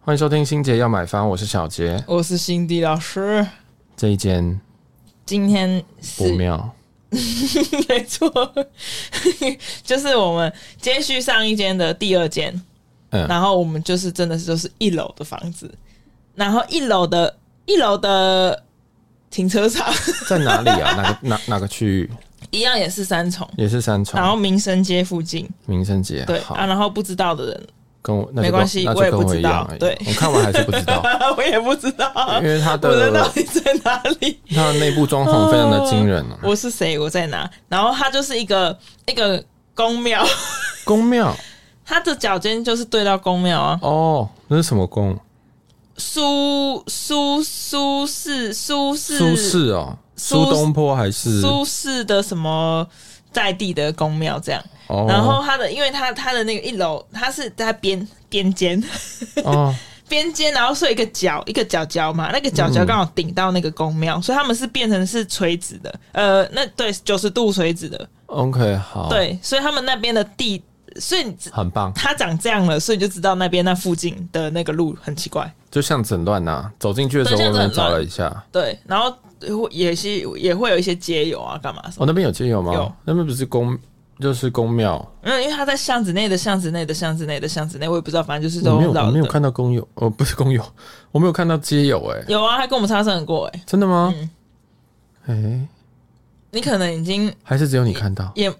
欢迎收听新杰要买房，我是小杰。我是辛迪老师。这一间今天不是妙， 没错， 就是我们接续上一间的第二间，嗯然后我们就是真的是就是一楼的房子，然后一楼的一楼的停车场 在哪里啊？哪个哪哪个区域？一样也是三重，也是三然后重民生街附近，民生街。对哦好啊，，然后不知道的人， 跟我那就没关系跟那我就也跟不我知一样道而已。对我看完还是不知 道，我也不知道，因为它我的到的底在哪里？ 它的内部装潢非常的惊人哦。我是谁？我在哪？然后它就是一个一个公庙，宫庙它的脚尖就是对到公庙啊。哦，那是什么宫？苏苏苏轼苏轼苏轼哦，苏苏东坡还是苏轼的什么在地的宫庙这样。哦？然后它的，因为它它的那个一楼，它是在边边间哦，边间，然后是有一个角一个角角嘛，那个角嗯角刚好顶到那个宫庙，所以他们是变成是垂直的，呃，那对九十度垂直的， OK，好，，对，所以他们那边的地，所以你知很棒，它长这样了，所以你就知道那边那附近的那个路很奇怪。就像诊断呐。走进去的时候，对我像诊们断找了一下，对，然后也是也会有一些街友啊，干嘛什么的哦，那边有街友吗有？那边不是宫，就是宫庙，嗯，因为他在巷子内的巷子内的巷子内的巷子内，我也不知道，反正就是我都没有，绕我的。没有看到工友，哦，不是工友，我没有看 到街友，哎，有啊，他跟我们擦身而过哎、真的吗？哎、你可能已经还是只有你看到，也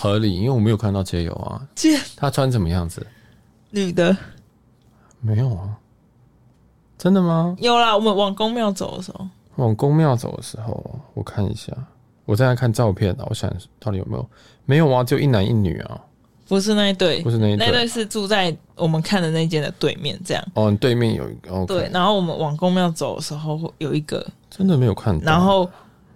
合理，因为我没有看到街友啊。见他穿什么样子？女的没有啊，真的吗？有啦，我们往公庙走的时候，往宫庙走的时候，我看一下，我在看照片啊，我想到底有没有？没有啊，只有一男一女啊，不是那一对，不是那一那一对。对是住在我们看的那间的对面这样。哦，你对面有一个对， OK，然后我们往公庙走的时候有一个，真的没有看到。然后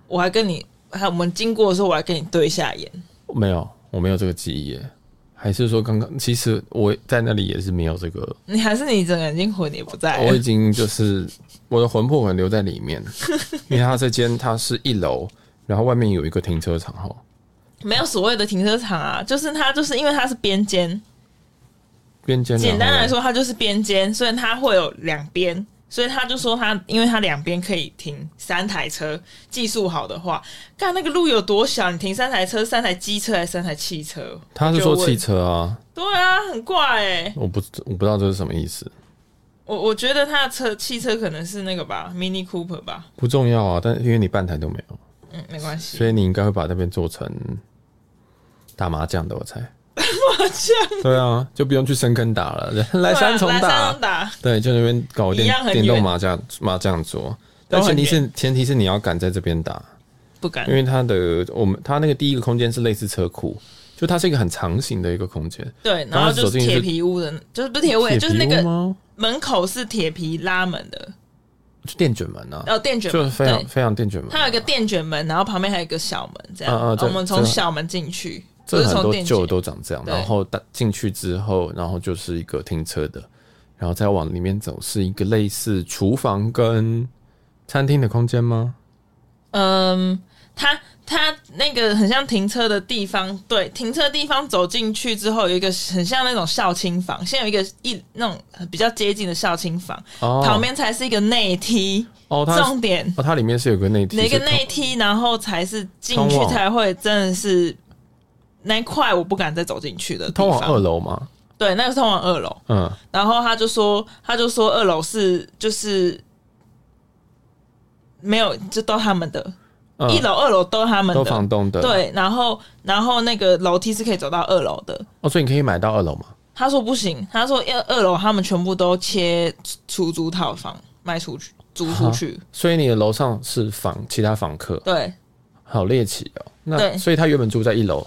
我还跟你，还我们经过的时候我还跟你对一下眼，没有，我没有这个记忆耶，还是说刚刚其实我在那里也是没有这个。你还是你整个人已经魂也不在了我已经就是我的魂魄可能留在里面，因为它这间它是一楼，然后外面有一个停车场哈。没有所谓的停车场啊，就是它就是因为它是边间，边间简单来然后说，它就是边间，所以它会有两边，所以他就说他，因为他两边可以停三台车，技术好的话，看那个路有多小，你停三台车，三台机车还是三台汽车？他是说汽车，车啊，对啊，很怪哎、我不我不知道这是什么意思，我我觉得他的车汽车可能是那个吧，Mini Cooper 吧，不重要啊。但因为你半台都没有，嗯，没关系。所以你应该会把那边做成打麻将的，我猜。麻 将对啊，就不用去深坑打了， 来三重啊来三打啊重。打，对，就那边搞电一样很远电动麻将麻将桌，但都前很提是前提是你要敢在这边打。不敢因。为它的我们它那个第一个空间是类似车库，就它是一个很长形的一个空间，对，然后然后就走是进去铁皮屋的，就是不是铁屋，铁就是那皮屋个吗？门口是铁皮拉门的，就电卷门啊，然后电呃卷就是门非对常非常电卷门啊，它有一个电卷门，然后旁边还有一个小门，这样。嗯嗯对我们从小门进去，不这是很从多电旧卷。都长这样，对然后打进去之后，然后就是一个停车的，然后再往里面走是一个类似厨房跟餐厅的空间吗？嗯，它它那个很像停车的地方，对，停车地方走进去之后有一个很像那种校青房，现在有一个一那种比较接近的校青房，哦，旁边才是一个内梯，哦，它重点。哦它里面是有个内梯，哪个是内梯，然后才是进通去往才会真的是那一块，我不敢再走进去的地通方。往二楼吗？对，那个是通往二楼。嗯，然后他就说，他就说二楼是就是没有，就都他们的，嗯一楼、二楼都他们都的，房东的，，对。然后然后那个楼梯是可以走到二楼的。哦，所以你可以买到二楼吗？他说不行，他说二二楼他们全部都切出租套房卖出去，租出去。所以你的楼上是房其他房客，对，好猎奇哦。那对所以他原本住在一楼，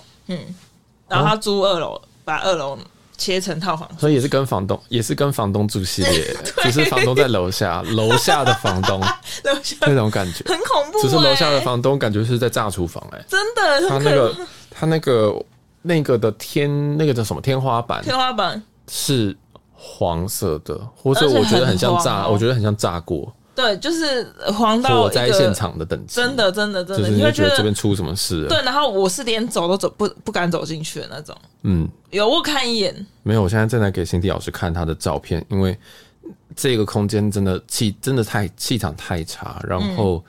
然后他租二楼，把二楼切成套房。 所以也是跟房东，也是跟房东住系列，只是房东在楼下， 楼下的房东楼下那种感 觉，很恐怖、欸，只是楼下的房东感觉是在炸厨房哎、真的他很那可个他那个那个的天那个叫什么天花板天花板。是黄色的，或者而且我觉得很很像黄炸，哦我觉得很像炸锅，对，就是黄到火一灾个现，场的等级，真的真的真嗯就的，是你你会会觉觉得得这边出什么事了。对，然后我是连走都走不不敢走进去的那种。嗯，有我看一眼，没有，我现在正在给辛迪老师看他的照片，因为这个空间真的气真的太气场太差，然后、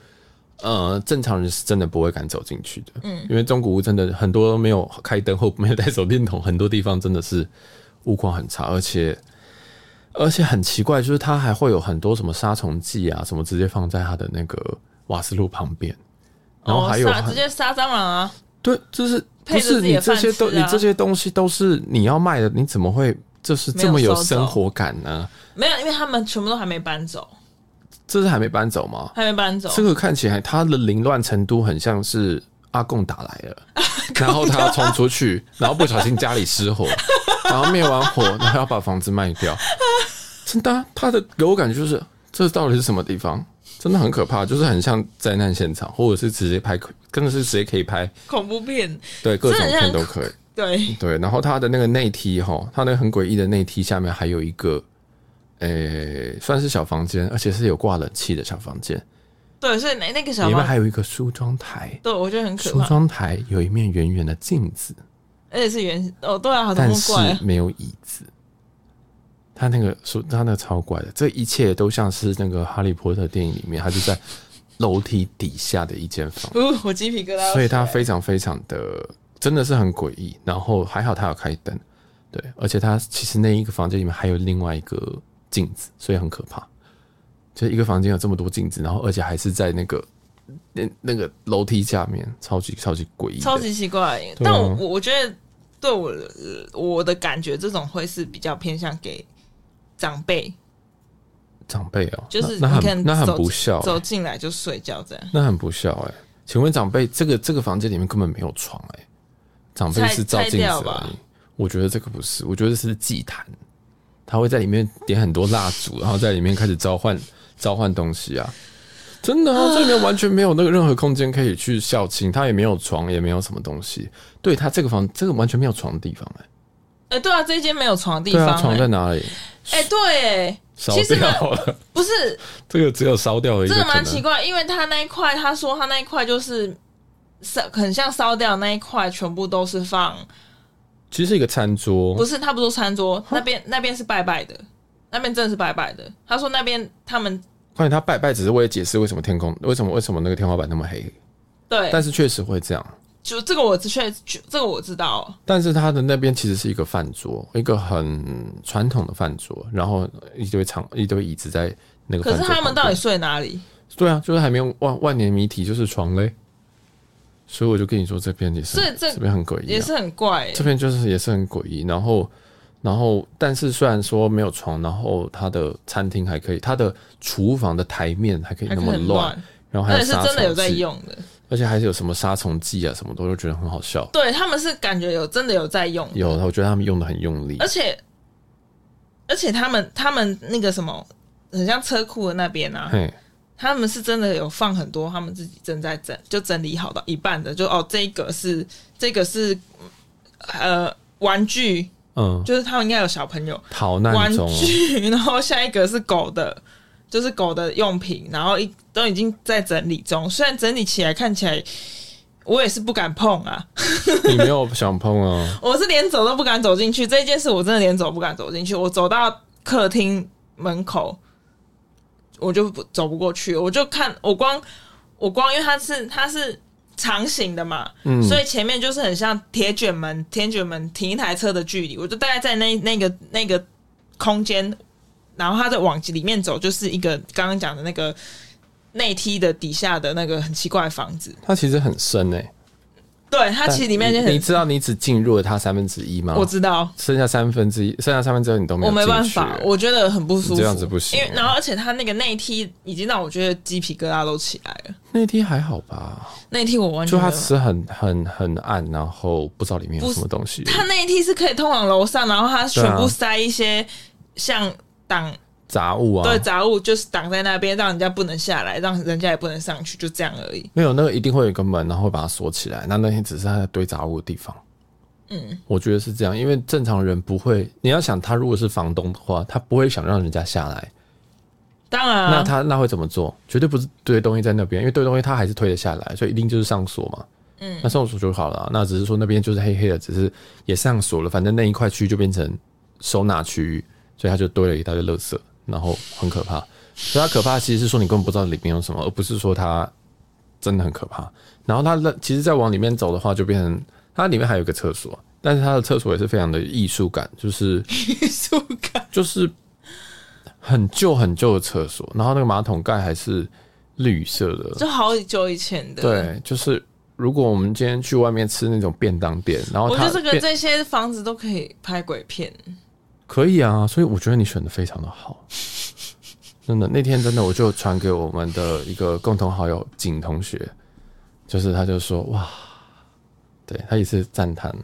呃，正常人是真的不会敢走进去的，嗯，因为中古屋真的很多没有开灯或没有带手电筒，很多地方真的是物况很差，而且而且很奇怪，就是它还会有很多什么杀虫剂啊什么直接放在它的那个瓦斯炉旁边，然哦后还有杀很直接杀蟑螂啊，对，就是配不着自是己你的这饭吃啊些东、你这些东西都是你要卖的，你怎么会就是这么没有有收走生活感呢？没有，因为他们全部都还没搬走，这是还没搬走吗？还没搬走。这个看起来它的凌乱程度很像是阿贡打来 了，然后他要冲出去，然后不小心家里失 火，然后灭完火，然后要把房子卖掉。真的啊、他的给我感觉就是这到底是什么地方？真的很可怕，就是很像灾难现场，或者是直接拍，真的是直接可以拍，恐怖片，对各种真的很片都可以。对，对，然后它的那个内梯哈，它那个很诡异的内梯下面还有一个，呃、算是小房间，而且是有挂冷气的小房间，对，所以那那个小里面猫，还有一个梳妆台，对我觉得很可梳怕，妆台有一面圆圆的镜子，而且是原哦，对啊，好但多是怪啊， 没有椅子。他那个梳，他那个超怪的，这一切都像是那个《哈利波特》电影里面，他就在楼梯底下的一间房呜，我鸡皮疙瘩要起来。所以它非常非常的，真的是很诡异。然后还好它有开灯，对，而且它其实那一个房间里面还有另外一个镜子，所以很可怕。就是一个房间有这么多镜子，然后而且还是在那个那那个楼梯下面，超级超级诡异的，超级奇怪。啊但我我我觉得，对我我的感觉，这种会是比较偏向给长辈，长辈哦、就是那你那看很那很走不孝、欸走进来就睡觉这样。那很不孝哎、请问长辈，这个这个房间里面根本没有床哎、长辈拆是照拆镜子掉而吧已。我觉得这个不是，我觉得是祭坛，他会在里面点很多蜡 烛，然后在里面开始召唤召唤东西啊。真的啊，这里面完全没有那个任何空间可以去孝亲，他也没有床，也没有什么东西。对他这个房，这个完全没有床的地方哎、哎、对啊，这一间没有床的地对方、啊，床哎在哪里？哎、对，哎，烧其实呢掉了，不是，这个只有烧掉的一个真可的能。蛮奇怪，因为他那一块，他说他那一块就是烧，很像烧掉那一块，全部都是放，哦其实是一个餐桌，不是，他不是说餐桌哦那边，那边是拜拜的，那边真的是拜拜的。他说那边他们关于他拜拜，只是为了解释为什么天空为什么为什么那个天花板那么黑，对，但是确实会这样。就这个我的确，就这个我知道、但是他的那边其实是一个饭桌，一个很传统的饭桌，然后一堆长一堆椅子在那个可饭是桌旁边。他们到底睡哪里？对啊，就是还没有万万年谜题，就是床嘞。所以我就跟你说，这边也是所以这这边很诡异、也啊，是很怪、这欸。边就是也是很诡异。然后，然后但是虽然说没有床，然后他的餐厅还可以，他的厨房的台面还可以还那可么能乱，，然后还而有且是杀真的有虫在剂用的。而且还是有什么杀虫剂啊什么的，我都觉得很好笑。对，他们是感觉有真的有在用，有，我觉得他们用的很用力而。且而且他们他们那个什么，很像车库的那边啊，嘿，他们是真的有放很多他们自己正在整就整理好的一半的，就哦这个是这个是呃玩具，嗯，就是他们应该有小朋友，逃玩难哦中具， 然后下一个是狗的，就是狗的用品，然后一都已经在整理中。虽然整理起来看起来，我也是不敢碰啊，你没有想碰啊？我是连走都不敢走进去。这件事我真的连走不敢走进去，我走到客厅门口，我就不走不过去，我就看我光我光，因为它是它是。长形的嘛，嗯 所以前面就是很像铁卷门，铁卷门停一台车的距离，我就大概在那那个那个空间，然后他再往里面走，就是一个刚刚讲的那个内梯的底下的那个很奇怪的房子。它其实很深诶、对，它其实里面就但你很你，知道你只进入了它三分之一吗？我知道，剩下三分之一，剩下三分之二你都没我有没进办去法，我觉得很不舒服，这样子不行因为然后而且它那个内梯已经让我觉得鸡皮疙瘩都起来了，那天还好吧？内梯我完全就没它有啊其实很很很暗，然后不知道里面有什么东西。它那一梯是可以通往楼上，然后它全对部啊塞一些像挡杂物啊对，杂物，就是挡在那边，让人家不能下来，让人家也不能上去，就这样而已。没有那个一定会有一个门，然后会把它锁起来。那那天只是它在堆杂物的地方。嗯，我觉得是这样，因为正常人不会。你要想，他如果是房东的话，他不会想让人家下来，当然那啊，他那会怎么做？绝对不是堆东西在那边，因为堆东西他还是推得下来，所以一定就是上锁嘛。嗯，那上锁就好了啊、那只是说那边就是黑黑的，只是也上锁了，反正那一块区就变成收纳区域，所以他就堆了一大堆垃圾，然后很可怕。所以它可怕其实是说你根本不知道里面有什么，而不是说它真的很可怕。然后它的其实再往里面走的话，就变成它里面还有一个厕所，但是它的厕所也是非常的艺术感，就是艺术感，就是很旧很旧的厕所，然后那个马桶盖还是绿色的。 就好久以前的。，对，就是如果我们今天去外面吃那种便当店，然后我觉它得这个便这些房子都可以拍鬼片。可以啊，所以我觉得你选的非常的好。真的，那天真的我就传给我们的一个共同好友景同学，就是他就说哇，对他也是赞叹，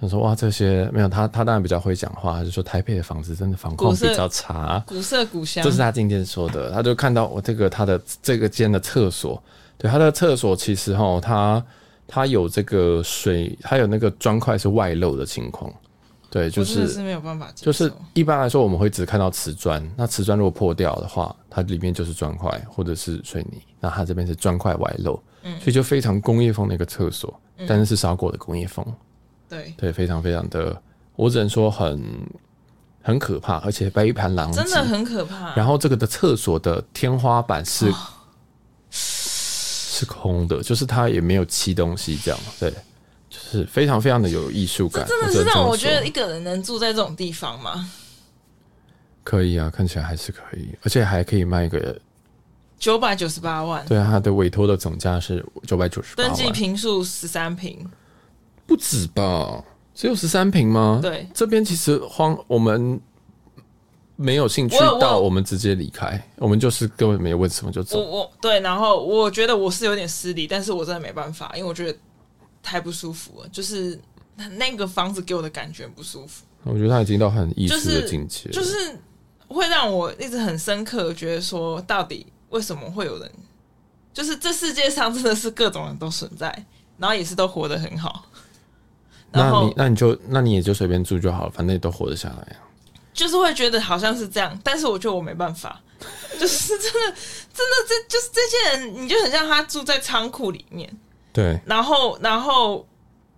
他说哇这些没有他他当然比较会讲话，他就说台北的房子真的房况古色比较差，古色古香，这是他今天说的，他就看到我这个他的这个间的厕所，对他的厕所其实哈，他他有这个水，他有那个砖块是外露的情况，对，就我真的是是没有办法接就受，是一般来说我们会只看到瓷砖，那瓷砖如果破掉的话，它里面就是砖块或者是水泥，那它这边是砖块外露，所以就非常工业风的一个厕所，但是是烧过的工业风，对，对，非常非常的，我只能说很很可怕，而且被一盘狼藉真的很可怕。然后这个的厕所的天花板哦是、是空的，就是它也没有漆东西，这样对，就是非常非常的有艺术感。真的只是能这让么我觉得说一个人能住在这种地方吗？可以啊，看起来还是可以，而且还可以卖一个，九百九十八万，对啊，它的委托的总价是九百九十八登记万，平数十三平，不止吧？只有十三平吗？对这边其实荒我们。没有兴趣我有我有到我们直接离开，我们就是根本没问什么就我走。我对，然后我觉得我是有点失礼，但是我真的没办法，因为我觉得太不舒服了，就是那那个房子给我的感觉不舒服，我觉得它已经到很艺就术的是境界了，就是会让我一直很深刻地觉得说，到底为什么会有人，就是这世界上真的是各种人都存在，然后也是都活得很好，然那后你那你就那你也就随便住就好了，反正也都活得下来啊。就是会觉得好像是这样，但是我觉得我没办法， 就是真的，真的这就是这些人，你就很像他住在仓库里面，对，然后然后，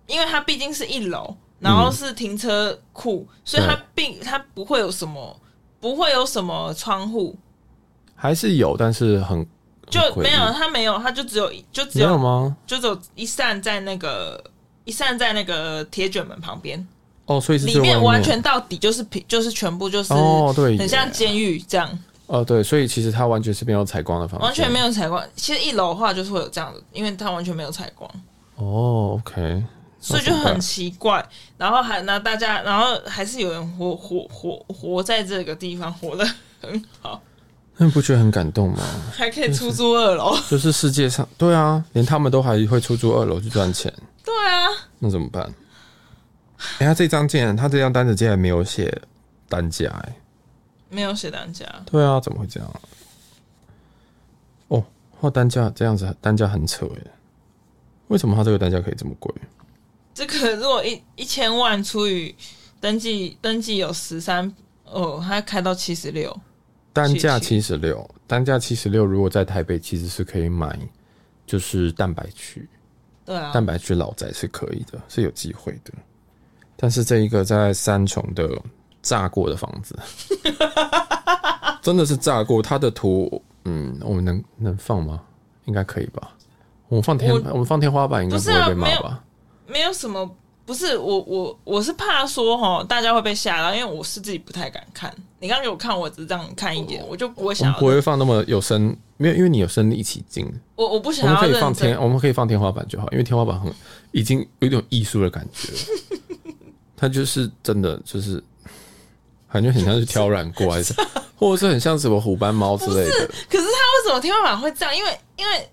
因为他毕竟是一楼，然后是停车库，所以他并他不会有什么不会有什么窗户，还是有，但是很就很诡异没有他没有，他就只有一就嗯只没有有吗？就只有一扇在那个一扇在那个铁卷门旁边，哦，所以是里这面个外完全到底就是平就是全部就是哦，对耶，很像监狱这样。哦，对，所以其实它完全是没有采光的房间，完全没有采光。其实一楼的话就是会有这样子，因为它完全没有采光，哦，OK，所以就很奇怪。然后还那大家，然后还是有人活活活活在这个地方，活得很好，那你不觉得很感动吗？ 还可以出租二楼。就是世界上，对啊，连他们都还会出租二楼去赚钱，对啊，那怎么办？哎、他这张竟然，他这张单子竟然没有写单价、哎，没有写单价，对啊，怎么会这样啊？哦，他单价这样子，单价很扯哎，为什么他这个单价可以这么贵？这个如果一一千万除以登记登记有十三。哦，它开到七十六，单价七十六，单价七十六，如果在台北其实是可以买，就是蛋白区，对啊，蛋白区老宅是可以的，是有机会的。但是这一个在三重的炸过的房 子，真的是炸过，它的图，嗯，我们能能放吗？应该可以吧？我们放天，我们放天花板应该不不是啊会被骂没有吧？没有什么，不是我我我是怕说哈，大家会被吓到，因为我是自己不太敢看。你刚给我看，我只是这样看一眼，我就不会我想们要不会放那么有身，没有，因为你有身临其境。我我不我想们要可以放认真天，，我们可以放天花板就好，因为天花板很已经有一种艺术的感 觉了。它就是真的就是，感觉很像是挑染过 还是，或者是很像什么虎斑猫之类的，可啊是他为什么天花板会这样？因为因为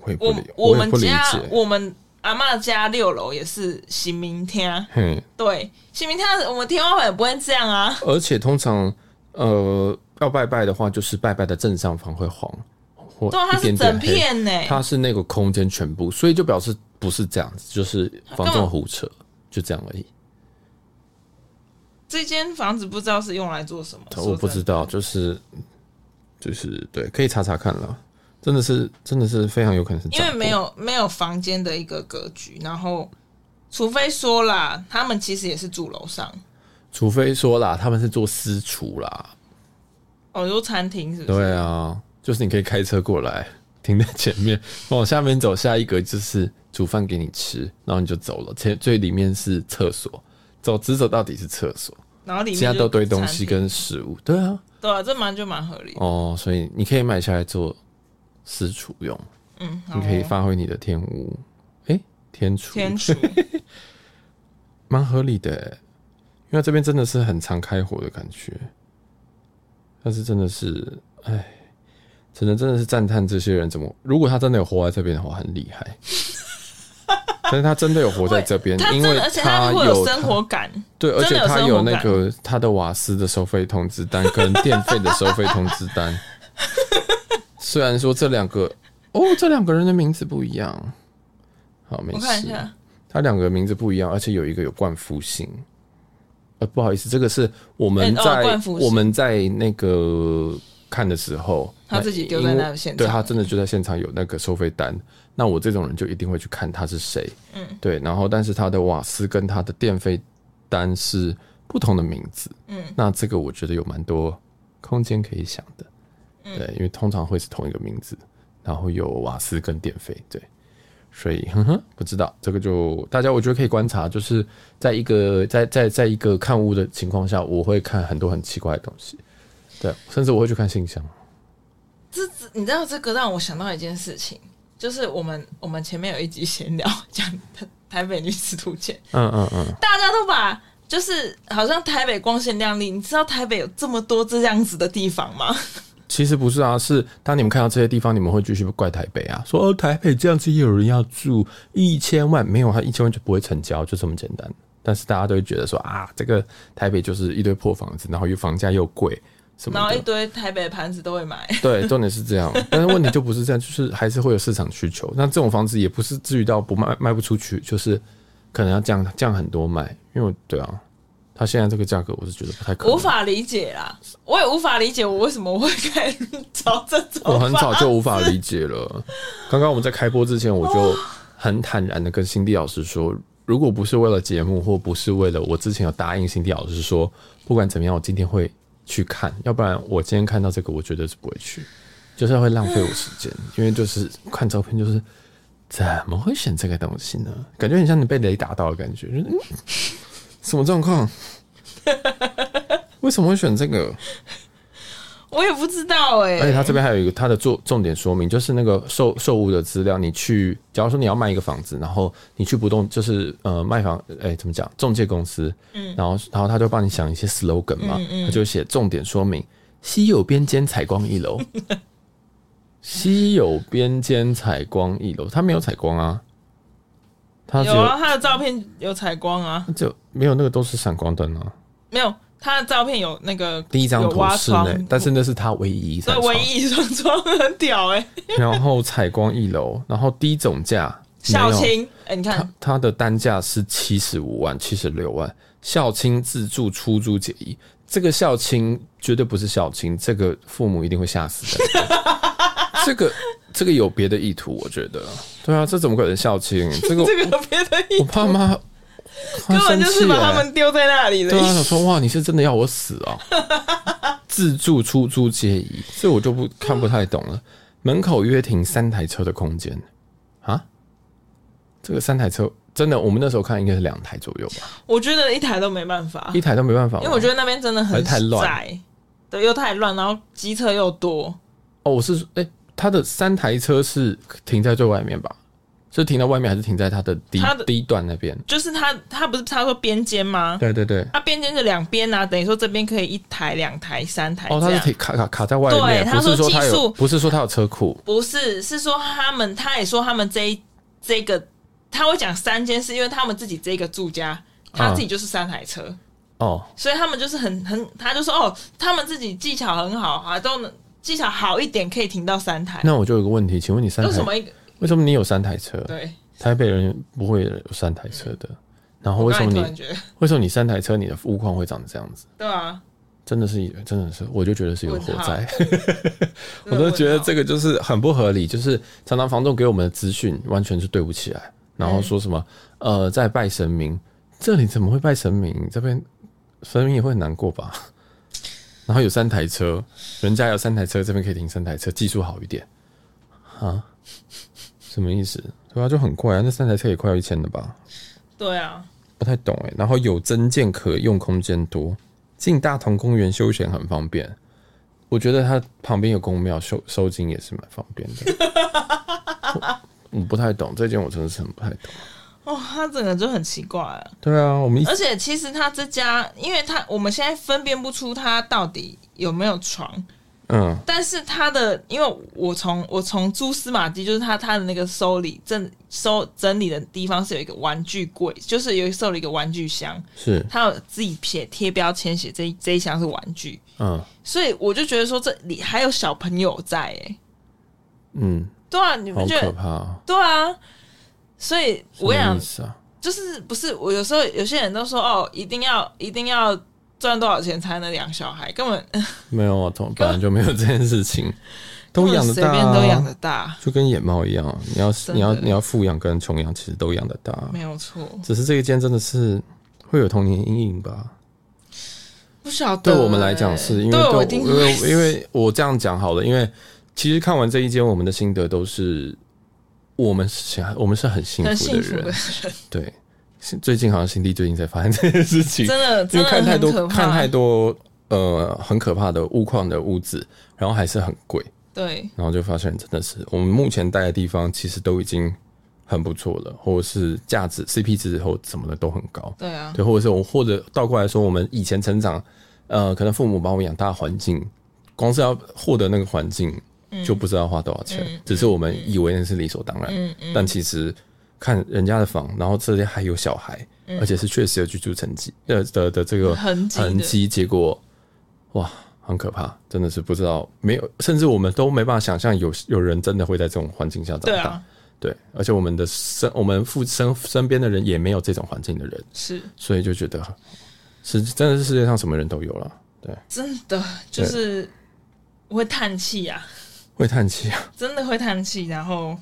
我也不我理，我也们不理家解。我们阿嬷家六楼也是新明天，啊嘿，对，新明天我们天花板也不会这样啊。而且通常呃要拜拜的话，就是拜拜的正上方会黄，或对啊，它一点是点整黑。片呢、它是那个空间全部，所以就表示不是这样子，就是房干仲嘛胡扯，就这样而已。这间房子不知道是用来做什么，我不知道。道，就是就是对，可以查查看了，真的是真的是非常有可能是因为没有没有房间的一个格局，然后除非说啦，他们其实也是住楼上除非说啦，他们是做私厨啦，哦，有餐厅是不是？对啊，就是你可以开车过来，停在前面，往下面走，下一格就是煮饭给你吃，然后你就走了。前最里面是厕所，走直走到底是厕所，然后里面其他就都堆餐东西厅跟食物。对啊，对啊，这蛮就蛮合理。哦，所以你可以买下来做私厨用，嗯，好你可以哦发挥你的天舞，诶、天厨，天厨蛮合理的欸，因为这边真的是很常开火的感觉。但是真的是，哎，只能真的是赞叹这些人怎么，如果他真的有活在这边的话，很厉 害。但是他真的有活在这边他，真因为的，而且他如果有生活感，对，而真的且有他生有活那感个他的瓦斯的收费通知单跟电费的收费通知 单。虽然说这两个，哦，这两个人的名字不一样。好，没我看一事。下，他两个名字不一样，而且有一个有冠夫姓。呃，不好意思，这个是我哎们哦在、冠夫姓我们在那个看的时候，他自己丢在因为那现场对他真的就在现场有那个收费单。那我这种人就一定会去看他是谁，嗯，对。然后，但是他的瓦斯跟他的电费单是不同的名字，嗯，那这个我觉得有蛮多空间可以想的，嗯对，因为通常会是同一个名字，然后有瓦斯跟电费，对。所以，哼哼，不知道这个就大家我觉得可以观察，就是在一个在在在一个看屋的情况下，我会看很多很奇怪的东西，对，甚至我会去看信箱。这这你知道这个让我想到一件事情，就是我们我们前面有一集闲聊 讲台台北女子图鉴，嗯嗯嗯，大家都把就是好像台北光鲜亮丽，你知道台北有这么多这样子的地方吗？其实不是啊，是当你们看到这些地方，你们会继续怪台北啊，说哦台北这样子也有人要住一千万，没有啊他一千万就不会成交，就这么简单。但是大家都会觉得说啊，这个台北就是一堆破房子，然后又房价又贵什么然的，后一堆台北的盘子都会买， 对，重点是这样，但是问题就不是这样，就是还是会有市场需求。那这种房子也不是至于到不卖卖不出去，就是可能要降降很多卖，因为我对啊，它现在这个价格我是觉得不太可能。无法理解啦，我也无法理解我为什么会开始找这种我很早房就无法理解了。刚刚我们在开播之前，我就很坦然的跟辛迪老师说，如果不是为了节目，或不是为了我之前有答应辛迪老师说，不管怎么样，我今天会去看，要不然我今天看到这个，我绝对是不会去，就是会浪费我时间，因为就是看照片就是。怎么会选这个东西呢？感觉很像你被雷打到的感觉，就是、嗯、什么状况？ 为什么会选这个？我也不知道哎、而且它这边还有一个它的重重点说明，就是那个售售屋的资料，你去，假如说你要卖一个房子，然后你去不动，就是呃卖房，哎、怎么讲，中介公司，嗯，然后然后他就帮你想一些 slogan 嘛，嗯他就写重点说明，西有边间采光一 楼，西有边间采光一楼，它没有采光啊，它只有有啊，他的照片有采光啊，它只有没有那个都是闪光灯啊，没有他的照片有那个第一张有图挖室窗内，但是那是它唯一一扇对，窗唯一一双窗很屌哎、 然后采光一楼，然后低总价没小有，青哎、你它看它的单价是七十五万、七十六万，校亲自住出租解疑。这个校亲绝对不是校亲，这个父母一定会吓死 的。这个这个有别的意图，我觉得。对啊，这怎么可能校亲？这个 这个别的意我爸妈根根本就是把他们丢在那里的欸对意啊，思。想说哇，你是真的要我死啊、 自助出租皆宜，这我就不看不太懂了。门口约停三台车的空间啊，这个三台车真的，我们那时候看应该是两台左右吧，我觉得一台都没办法一，台都没办法吗。啊因为我觉得那边真的很还太乱窄，对，又太乱，然后机车又多，哦，我是哎、他的三台车是停在最外面吧？是停在外面还是停在他的低它的低段那边？就是他他不是他说边间吗？对对对，他边间就两边啊，等于说这边可以一台、两台、三台哦，哎这他是样。停卡卡卡在外对面，他不是说说他技术有，不是说他有车库，不是，是说他们，他也说他们这一这个，他会讲三间，是因为他们自己这个住家，他嗯自己就是三台车。哦，所以他们就是很很，他就说哦，他们自己技巧很好啊，都能技巧好一点可以停到三台。那我就有个问题，请问你三哎为台什么一个为什么你有三台车？对？台北人不会有三台车的。然后为什么我刚你才突然觉得为什么你三台车你的屋况会长这样子？对啊？真的是真的是，我就觉得是一个火灾， 我真都的觉得问号这个就是很不合理，就是常常房东给我们的资讯完全是对不起来，然后说什么、嗯呃在拜神明，这里怎么会拜神明？这边神明也会很难过吧？ 然后有三台车，人家有三台车，这边可以停三台车，技术好一点啊？什么意思？对啊，就很贵啊，那三台车也快要一千了吧？对啊，不太懂哎。然后有增建可用空间多，进大同公园休闲很方便。我觉得它旁边有公庙收收金也是蛮方便的。 我嗯我不太懂这件，我真的是很不太懂。哦，他整个就很奇怪啊。对啊，我们一而且其实他这家，因为他我们现在分辨不出他到底有没有床，嗯但是他的，因为我从我从蛛丝马迹，就是他他的那个收理整收整理的地方是有一个玩具柜，就是有收了一个玩具箱，是他有自己贴贴标签写这一这一箱是玩具，嗯所以我就觉得说这里还有小朋友在哎、嗯，对啊，你好们觉可得怕、哦。对啊，所以我跟你什么讲意，思啊，就是不是我有时候有些人都说哦，一定要一定要赚多少钱才能养小孩，根本没有啊，同本来就没有这件事 情，都养得随大、便啊，都养得大，就跟野猫一样啊，你要真的你要你要富养跟穷养，其实都养得大啊。没有错。只是这一间真的是会有童年阴影吧？不晓得欸对我们来讲是，因为对我对一定我会因为因为我这样讲好了，因为其实看完这一间，我们的心得都是我们是我们是很幸很福的幸福的人，人，对。是最近好像新弟最近才发现这件事情，真的 因真为的看太很可多怕。看太多呃很可怕的屋况的屋子，然后还是很贵，对然后就发现真的是我们目前待的地方其实都已经很不错了，或者是价值 CP 值或什么的都很高，对啊，对，或者是我或者倒过来说，我们以前成长，呃，可能父母把我们养大，环境光是要获得那个环境，嗯就不知道花多少钱，只是我们以为那是理所当然，嗯但其实看人家的房，然后这里还有小孩，嗯而且是确实有居住成绩，呃的的这个痕迹的痕迹，结果哇。很可怕，真的是不知道没有，甚至我们都没办法想象有有人真的会在这种环境下长对大。啊，对，而且我们的身，我们附身身边的人也没有这种环境的人。是所以就觉得是真的是世界上什么人都有了，对，真的就是会叹气啊，会叹气啊，真的会叹气，然后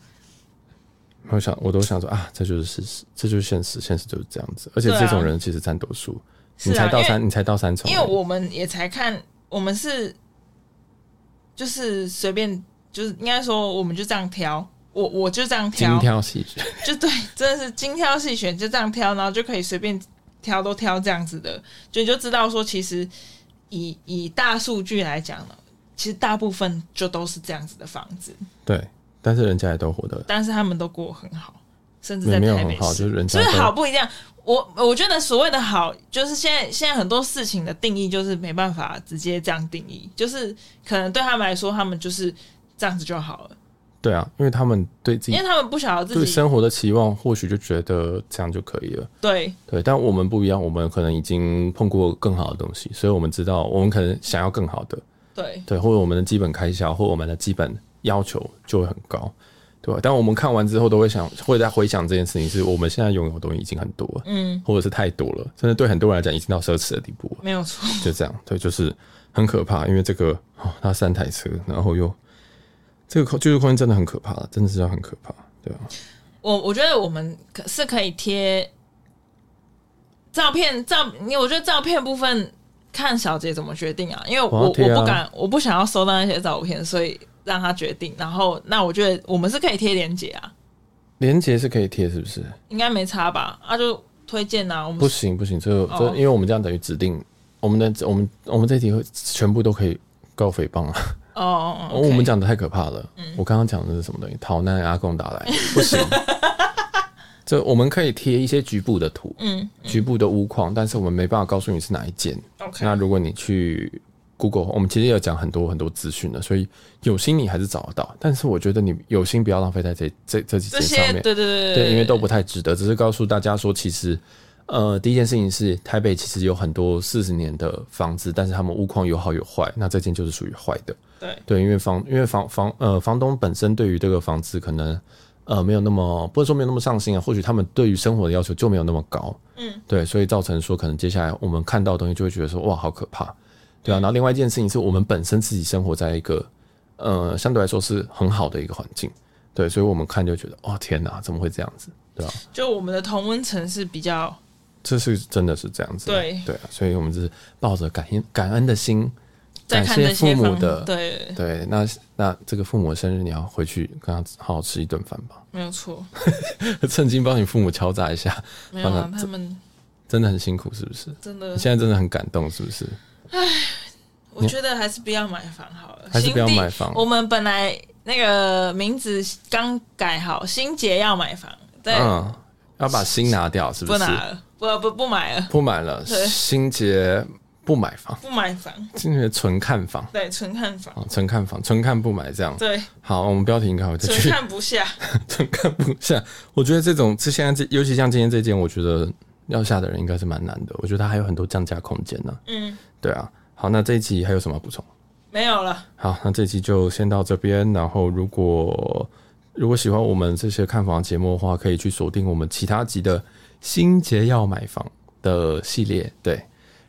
我想我都想说啊，这就是事实，这就是现实，现实就是这样子，而且对啊这种人其实占多数，是你才啊，因到为三，你才到三重而已，因为我们也才看，我们是就是随便，就是应该说我们就这样挑，我我就这样精挑，挑细选，就对，真的是精挑细选，就这样挑，然后就可以随便挑都挑这样子的，就你就知道说，其实以以大数据来讲呢，其实大部分就都是这样子的房子，对，但是人家也都活得但是他们都过很好，甚至没在没有台北很好，市就是人家所以都好不一样。我我觉得所谓的好，就是现在现在很多事情的定义就是没办法直接这样定义，就是可能对他们来说，他们就是这样子就好了，对啊，因为他们对自因己为他们不晓得自对己生活的期望，或许就觉得这样就可以了。对对，但我们不一样，我们可能已经碰过更好的东西，所以我们知道，我们可能想要更好的，对对，或者我们的基本开销或我们的基本要求就会很高，对吧？但我们看完之后都会想，会在回想这件事情，是我们现在拥有的东西已经很多了，嗯，或者是太多了，甚至对很多人来讲已经到奢侈的地步了，没有错，就这样，对，就是很可怕，因为这个哦，那三台车，然后又这个空居住空间真的很可怕，真的是很可怕，对啊，我我觉得我们可是可以贴照片照，你我觉得照片部分看小姐怎么决定啊，因为我我要我,、贴啊不敢，我不想要收到那些照片，所以让她决定。然后那我觉得我们是可以贴链接啊，连结是可以贴，是不是？应该没差吧？啊，就推荐啊，我不们行不行，这个这哦因为我们这样等于指定我们的我们我们这一题会全部都可以告诽谤啊。哦哦，哦，我们讲的太可怕了。嗯我刚刚讲的是什么东西？逃难阿贡打来，不行。 这我们可以贴一些局部的图，嗯局部的屋况，但是我们没办法告诉你是哪一间。 OK，那如果你去 Google，我们其实也有讲很多很多资讯的，所以有心你还是找得到。但是我觉得你有心不要浪费在这这这几这件些上面，对对对对，因为都不太值得。只是告诉大家说，其实，呃，第一件事情是台北其实有很多四十年的房子，但是他们屋况有好有坏，那这件就是属于坏的。对对，因为房因为房房呃房东本身对于这个房子可能呃没有那么不能说没有那么上心啊，或许他们对于生活的要求就没有那么高，嗯，对，所以造成说可能接下来我们看到的东西就会觉得说哇好可怕，对啊。然后另外一件事情是我们本身自己生活在一个呃相对来说是很好的一个环境，对，所以我们看就觉得哦天哪，怎么会这样子？对啊，就我们的同温层是比较这是真的是这样子的，对对啊，所以我们是抱着感恩感恩的心，在感看这谢些父母方的，对，对，那那这个父母的生日你要回去跟他好好吃一顿饭吧， 没有错，趁机帮你父母敲诈一下，没有帮啊，他他们真的很辛苦，是不是？真的你，现在真的很感动，是不是？我觉得还是不要买房好了，还是不要新地买房我们本来那个名字刚改好，新杰要买房，对，嗯，要把心拿掉，是哎不是？拿了，不不不买了，不买了， 对心结不买房，不买房，今年纯看房对，纯看房，啊，纯看房，纯看不买这样。对，好，我们标题应该会再 纯去看不下，纯看不下。我觉得这种这现在这，尤其像今天这件，我觉得要下的人应该是蛮难的。我觉得它还有很多降价空间呢、嗯，对啊，好，那这一集还有什么要补充？没有了，好，那这期就先到这边。然后，如果如果喜欢我们这些看房节目的话，可以去锁定我们其他集的《新杰要买房》的系列。对，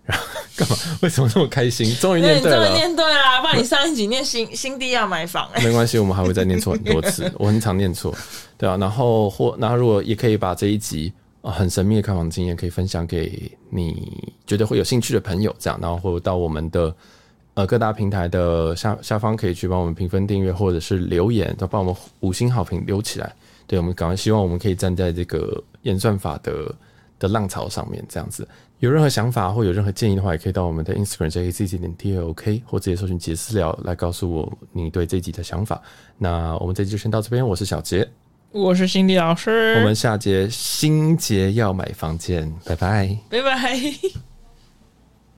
然后干嘛？为什么这么开心？终于因为念你对这么了，念对啦，不然你上一集念新新地要买房，哎，没关系，我们还会再念错很多次。我很常念错，对啊。然后或然后如果也可以把这一集。啊很神秘的看房经验可以分享给你觉得会有兴趣的朋友，这样，然后或者到我们的呃各大平台的下下方可以去帮我们评分、订阅或者是留言，都帮我们五星好评留起来。对我们赶快，希望我们可以站在这个演算法的的浪潮上面，这样子。有任何想法或有任何建议的话，也可以到我们的 Instagram jkcc 点 tlk 或直接搜寻杰私聊来告诉我你对这一集的想法。那我们这集就先到这边，我是小杰，我是新地老师，我们下节新节要买房见，拜拜。拜拜。